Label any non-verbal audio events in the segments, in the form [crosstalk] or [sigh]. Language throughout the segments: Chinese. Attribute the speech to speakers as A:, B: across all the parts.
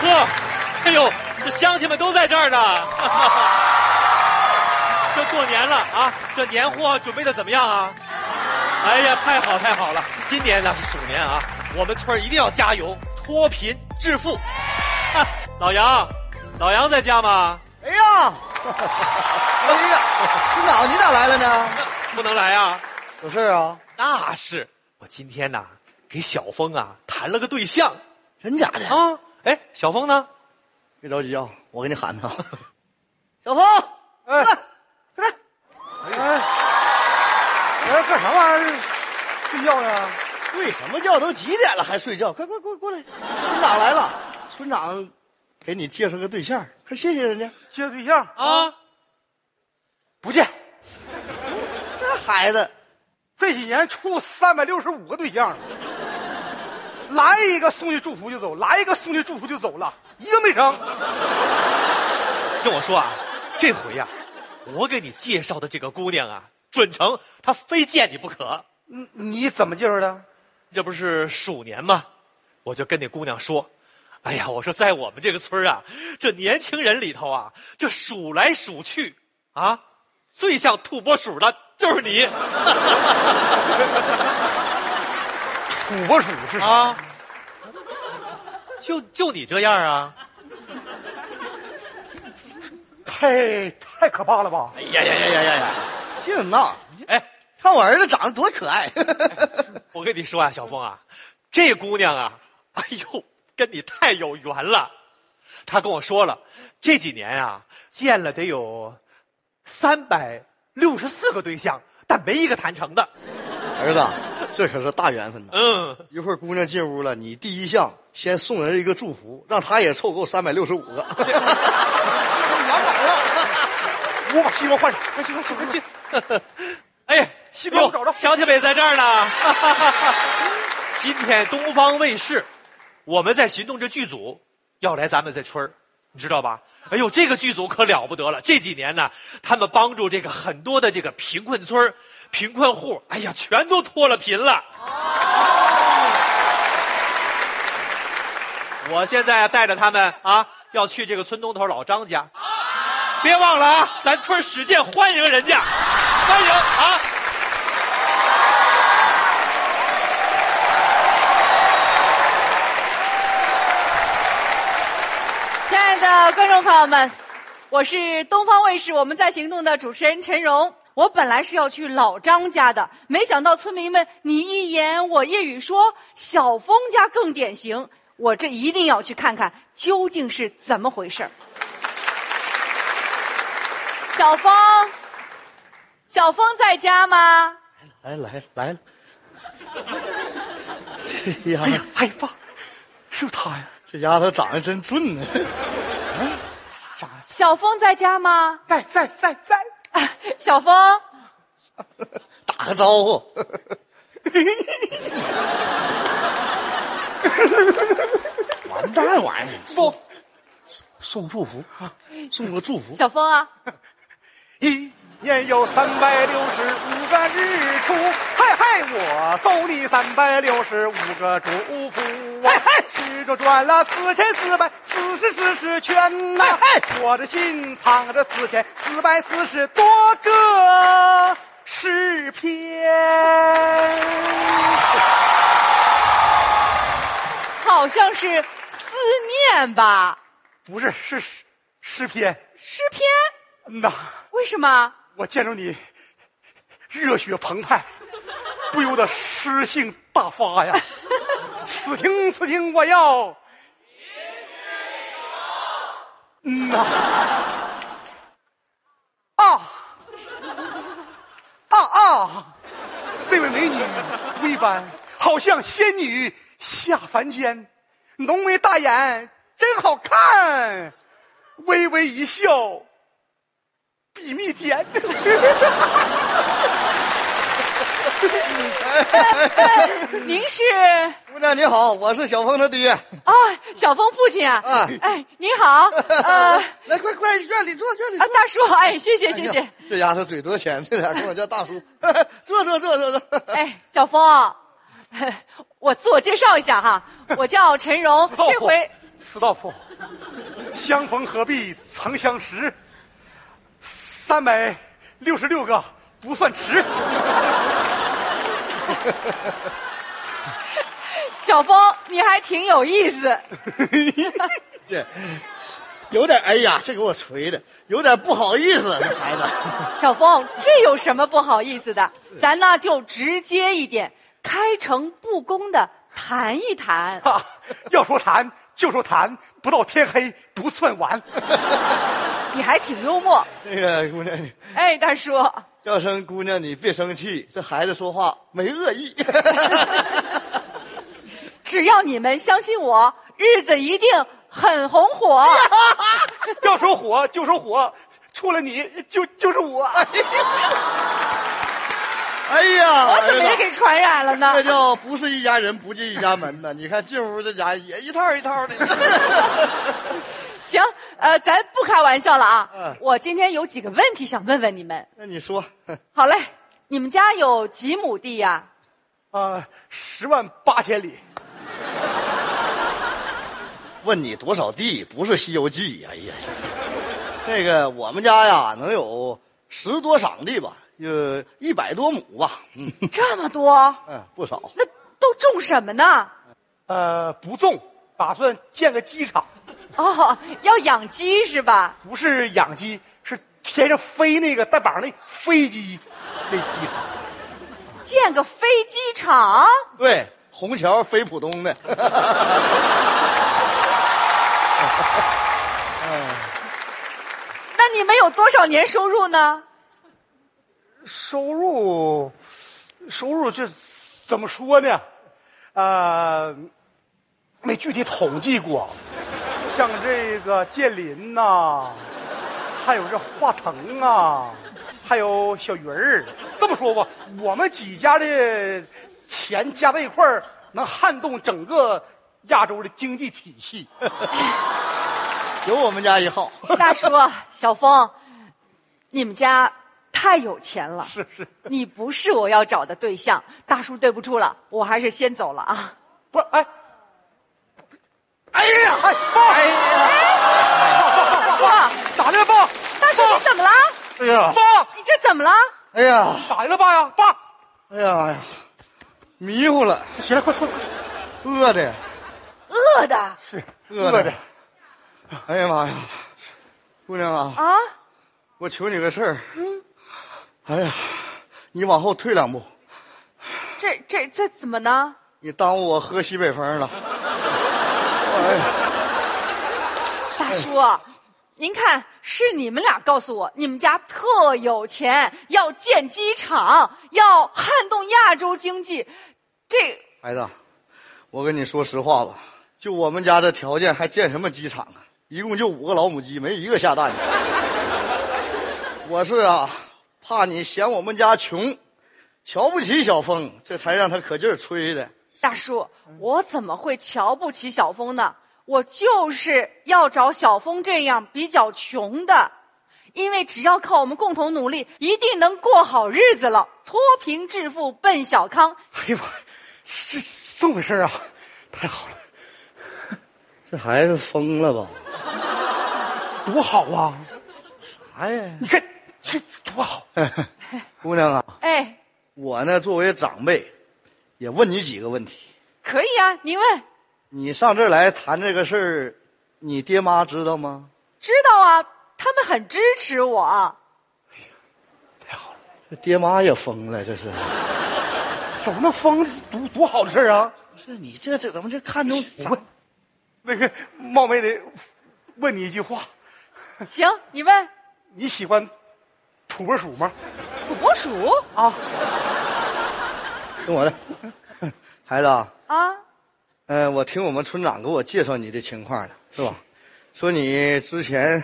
A: 呵，哎呦，这乡亲们都在这儿呢。 [laughs] 这过年了啊，这年货准备的怎么样啊？哎呀，太好太好了！今年呢是鼠年啊，我们村儿一定要加油，脱贫致富。啊、老杨，老杨在家吗？
B: 哎呀，哎呀，村长你咋来了呢？
A: 不能来啊。
B: 有事儿啊？
A: 那是我今天呐、给小峰啊谈了个对象
B: 真假的？
A: 啊。哎，小峰呢？
B: 别着急啊，我给你喊他。小峰，哎，快来！
C: 哎，干啥玩意儿？睡觉呢？
B: 睡什么觉？都几点了还睡觉？快快快过来！村长来了，村长给你介绍个对象，快谢谢人家。
C: 接对象？
A: 啊，
C: 不见。
B: 这孩子，
C: 这几年处三百六十五个对象了，来一个送去祝福就走，来一个送去祝福就走了，一个没成。
A: 听我说啊，这回呀、我给你介绍的这个姑娘啊，准成，她非见你不可。
C: 你你怎么介绍的？
A: 这不是鼠年吗？我就跟那姑娘说：“哎呀，我说在我们这个村儿啊，这年轻人里头啊，这数来数去啊，最像土拨鼠的就是你
C: 土拨鼠是啥？
A: 啊，就就你这样啊！
C: 太太可怕了吧！
B: 哎呀呀呀呀呀呀！净闹！
A: 哎，
B: 看我儿子长得多可 [laughs] 爱。
A: 我跟你说啊，小峰啊，这姑娘啊，哎呦，跟你太有缘了。她跟我说了，这几年啊，见了得有三百六十四个对象，但没一个谈成的。
B: 儿子，这可是大缘分呐。
A: 嗯。”
B: 一会儿姑娘进屋了，你第一项先送人一个祝福，让她也凑够三百六十五 [laughs] 个。完满了，
C: 我把西装换上，快去快去快去！
A: [laughs] 哎，
C: 西瓜我找着
A: 哟乡亲们也在这儿呢。 [laughs] 今天东方卫视，我们在行动这剧组要来咱们这村儿，你知道吧？哎呦，这个剧组可了不得了！这几年呢，他们帮助这个很多的这个贫困村儿贫困户，哎呀，全都脱了贫了。我现在带着他们啊，要去这个村东头老张家。别忘了啊，咱村儿使劲欢迎人家，欢迎啊！
D: 亲爱的观众朋友们，我是东方卫视《我们在行动》的主持人陈荣。我本来是要去老张家的，没想到村民们你一言我一语说小峰家更典型，我这一定要去看看究竟是怎么回事儿。小峰，小峰在家吗？
B: 来哎了来了来了。这丫
C: 哎呀，哎呀爸，是不是他呀？
B: 这丫头长得真俊 [laughs] 呢，
C: 咋了？
D: 小峰在家吗？
C: 在在在在！
D: 啊小峰，
B: 打个招呼。完蛋玩意儿，
C: 不，
B: 送祝福啊，送个祝福。
D: 小峰啊，
C: 一年有三百六十五个日出，嗨嗨，我送你三百六十五个祝福啊！嗨嗨，曲中转了四千四百四十四十圈呐、嗨嗨，我的心藏着四千四百四十多个诗篇。
D: 好像是思念吧？
C: 不是，是诗诗篇。
D: 诗篇？
C: 嗯呐，
D: 为什么？
C: 我见着你，热血澎湃，不由得诗性大发呀！此情此情，我要。嗯呐，啊啊啊！这位美女不一般，好像仙女下凡间，浓眉大眼真好看，微微一笑。比蜜甜。
D: 您是
B: 姑娘你好，我是小峰他爹。
D: 啊，小峰父亲啊？
B: 啊
D: 哎，您好，呃，啊，
B: 来，快快，院里坐，院里坐。
D: 大叔，哎，谢谢谢谢
B: 哎。呦这丫头嘴多甜，这俩管我叫大 [laughs] 叔。坐坐坐坐坐。
D: 哎，小峰， [laughs] [laughs] 我自我介绍一下哈，我叫陈荣，这回
C: 死道破，相逢何必曾相识，三百六十六个不算迟。
D: 小峰，你还挺有意思。
B: 这有点哎呀，这给我锤的，有点不好意思，这孩 [laughs] 子。
D: 小峰，这有什么不好意思的？咱呢就直接一点，开诚布公的谈一谈。
C: 啊，要说谈就说谈，不到天黑不算晚。
D: 你还挺幽默，
B: 那个姑娘，
D: 哎，大叔，
B: 要生姑娘你别生气，这孩子说话没恶
D: [laughs]
B: 意。
D: 只要你们相信我，日子一定很红
B: 哎
D: 火。
C: 要说火就说火，除了你就就是我。
B: 哎呀，哎
D: 我怎么也
B: 儿子
D: 给传染了呢
B: 这？叫不是一家人不进一家门呐！你看进屋这家也一套一套的。
D: 行，呃，咱不开玩笑了啊
B: 嗯。
D: 我今天有几个问题想问问你们。
B: 那你说， [laughs]
D: 好嘞，你们家有几亩地呀、
C: 啊，十万八千里，
B: 问你多少地？不是《西游记》。哎呀，那个我们家呀，能有十多晌地吧，有一百多亩吧。嗯 [laughs]
D: 这么多，
B: 嗯，不少。
D: 那都种什么呢？
C: 呃，不种，打算建个鸡场，
D: 哦，要养鸡是吧？
C: 不是养鸡，是天上飞那个带膀那飞机，那鸡场。
D: 建个飞机场？
B: 对，虹桥飞浦东的。
D: 那你们有多少年收入呢？
C: 收入，收入这怎么说呢？呃，没具体统计过，像这个建林呐、还有这化成啊，还有小鱼儿。这么说吧，我们几家的钱加在一块儿，能撼动整个亚洲的经济体系。
B: [laughs] 有我们家一号。 [laughs]
D: [laughs] 大叔、啊小峰，你们家太有钱了。
C: 是是，
D: 你不是我要找的对象，大叔对不住了，我还是先走了啊。
C: 不是哎，哎呀，哎爸，哎
D: 大叔，大
C: 咋的了爸？
D: 叔你怎么了？
B: 哎呀，
C: 爸，
D: 你这怎么了？
B: 哎呀，
C: 咋的了爸呀？爸。
B: 哎呀，哎呀，迷糊了，
C: 起来，快快！
B: 饿的，
D: 饿的啊
C: 是
B: 饿的。哎呀妈呀，姑娘啊！我求你个事儿。哎呀，你往后退两步，
D: 这这这怎么呢？
B: 你耽误我喝西北风了。
D: 大叔，啊您看，是你们俩告诉我，你们家特有钱，要建机场，要撼动亚洲经济，这
B: 孩子，我跟你说实话吧，就我们家这条件，还建什么机场啊？一共就五个老母鸡，没一个下蛋的。我是啊，怕你嫌我们家穷，瞧不起小峰，这才让他可劲儿吹的。
D: 大叔，我怎么会瞧不起小峰呢？我就是要找小峰这样比较穷的，因为只要靠我们共同努力，一定能过好日子了，脱贫致富奔小康。
C: 哎呀妈，这这这么回事啊？太好了，
B: 这孩子疯了吧？
C: 多好啊！
B: 啥哎呀？
C: 你看这这多好！
B: 姑娘啊，
D: 哎，
B: 我呢作为长辈，也问你几个问题。
D: 可以啊，您问，
B: 你上这儿来谈这个事儿，你爹妈知道吗？
D: 知道啊，他们很支持我。啊
C: 太好了，
B: 这爹妈也疯了，这是。
C: 怎么能疯？多多好的事儿啊！
B: 是你这这怎么这看中
C: 我那个冒昧的问你一句话，
D: 行，你问
C: 你喜欢土拨鼠吗？
D: 土拨鼠
C: 啊，
B: 听 [laughs] 我的， [laughs] 孩子啊，
D: 啊？
B: 嗯、我听我们村长给我介绍你的情况了，是吧？说你之前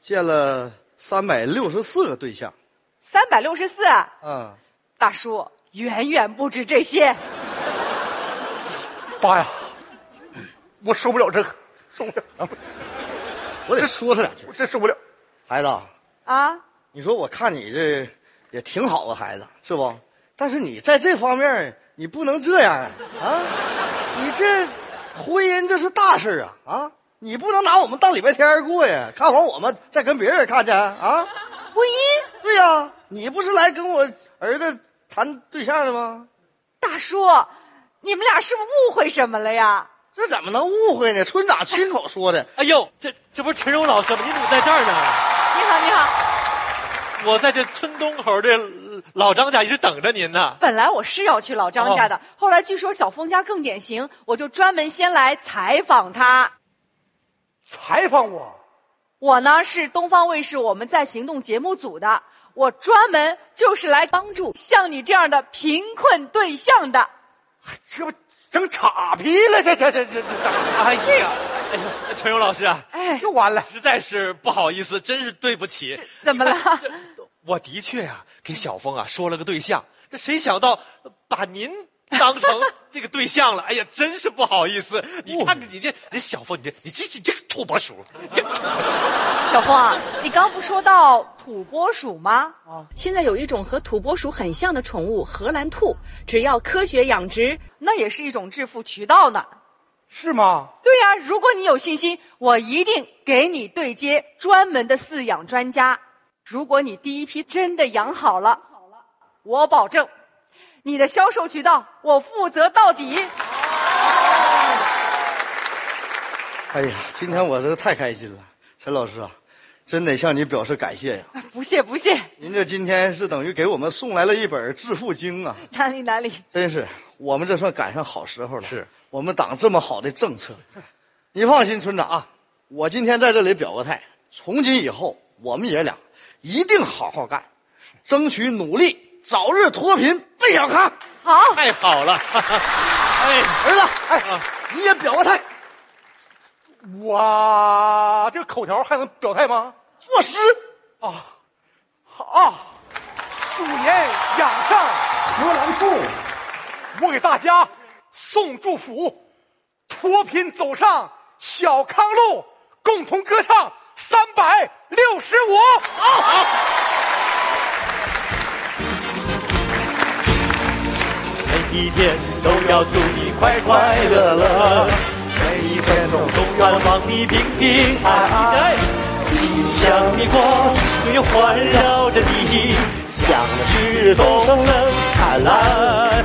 B: 见了三百六十四个对象，
D: 三百六十四，
B: 啊、
D: 大叔远远不止这些。
C: 爸呀，我受不了这个，受不了，
B: 我得说他两句
C: 我。真受不了。
B: 孩子啊，
D: 啊，
B: 你说我看你这也挺好啊，孩子是不？但是你在这方面你不能这样啊！啊，你这婚姻这是大事儿啊啊！你不能拿我们当礼拜天儿过呀！看完我们再跟别人看去啊！
D: 五一。
B: 对呀、你不是来跟我儿子谈对象的吗？
D: 大叔，你们俩是不是误会什么了呀？
B: 这怎么能误会呢？村长亲口说的。
A: 哎呦，这这不是陈荣老师吗？你怎么在这儿呢？
D: 你好，你好。
A: 我在这村东口这老张家一直等着您呢。
D: 本来我是要去老张家的，后来据说小峰家更典型，我就专门先来采访他。
C: 采访我，
D: 我呢是东方卫视《我们在行动》节目组的，我专门就是来帮助像你这样的贫困对象的。
C: 这不整岔皮了？这这这这这，
A: 哎呀，哎呀，陈荣老师啊，
D: 哎，
C: 又完了。
A: 实在是不好意思，真是对不起。
D: 怎么了？
A: 我的确呀、给小峰啊说了个对象，这谁想到呃把您当成这个对象了？哎呀，真是不好意思。你
B: 哦
A: 看看你这，这小峰，你这你这你这个土拨鼠，你这
D: 小峰啊，你刚不说到土拨鼠吗？
E: 现在有一种和土拨鼠很像的宠物——荷兰兔，只要科学养殖，
D: 那也是一种致富渠道呢。
C: 是吗？
D: 对呀、如果你有信心，我一定给你对接专门的饲养专家。如果你第一批真的养好了，我保证，你的销售渠道我负责到底。
B: 哎呀，今天我是太开心了，陈老师啊，真得向你表示感谢呀、
D: 不谢不谢，
B: 您这今天是等于给我们送来了一本《致富经》啊，
D: 哪里哪里。
B: 真是我们这算赶上好时候了。
A: 是
B: 我们党这么好的政策，你放心，村长啊，我今天在这里表个态，从今以后我们爷俩一定好好干，争取努力，早日脱贫奔小康。
D: 好，
A: 太好了。哎，
B: 儿子，哎，你也表个态，
C: 哇，这口条还能表态吗？
B: 作诗。
C: 啊，鼠年养上荷兰兔，我给大家送祝福，脱贫走上小康路，共同歌唱三百六十五。
F: 每一天都要祝你快快乐乐，每一分钟都要望你平平安安，吉祥的光永远环绕着你，像是东升灿烂，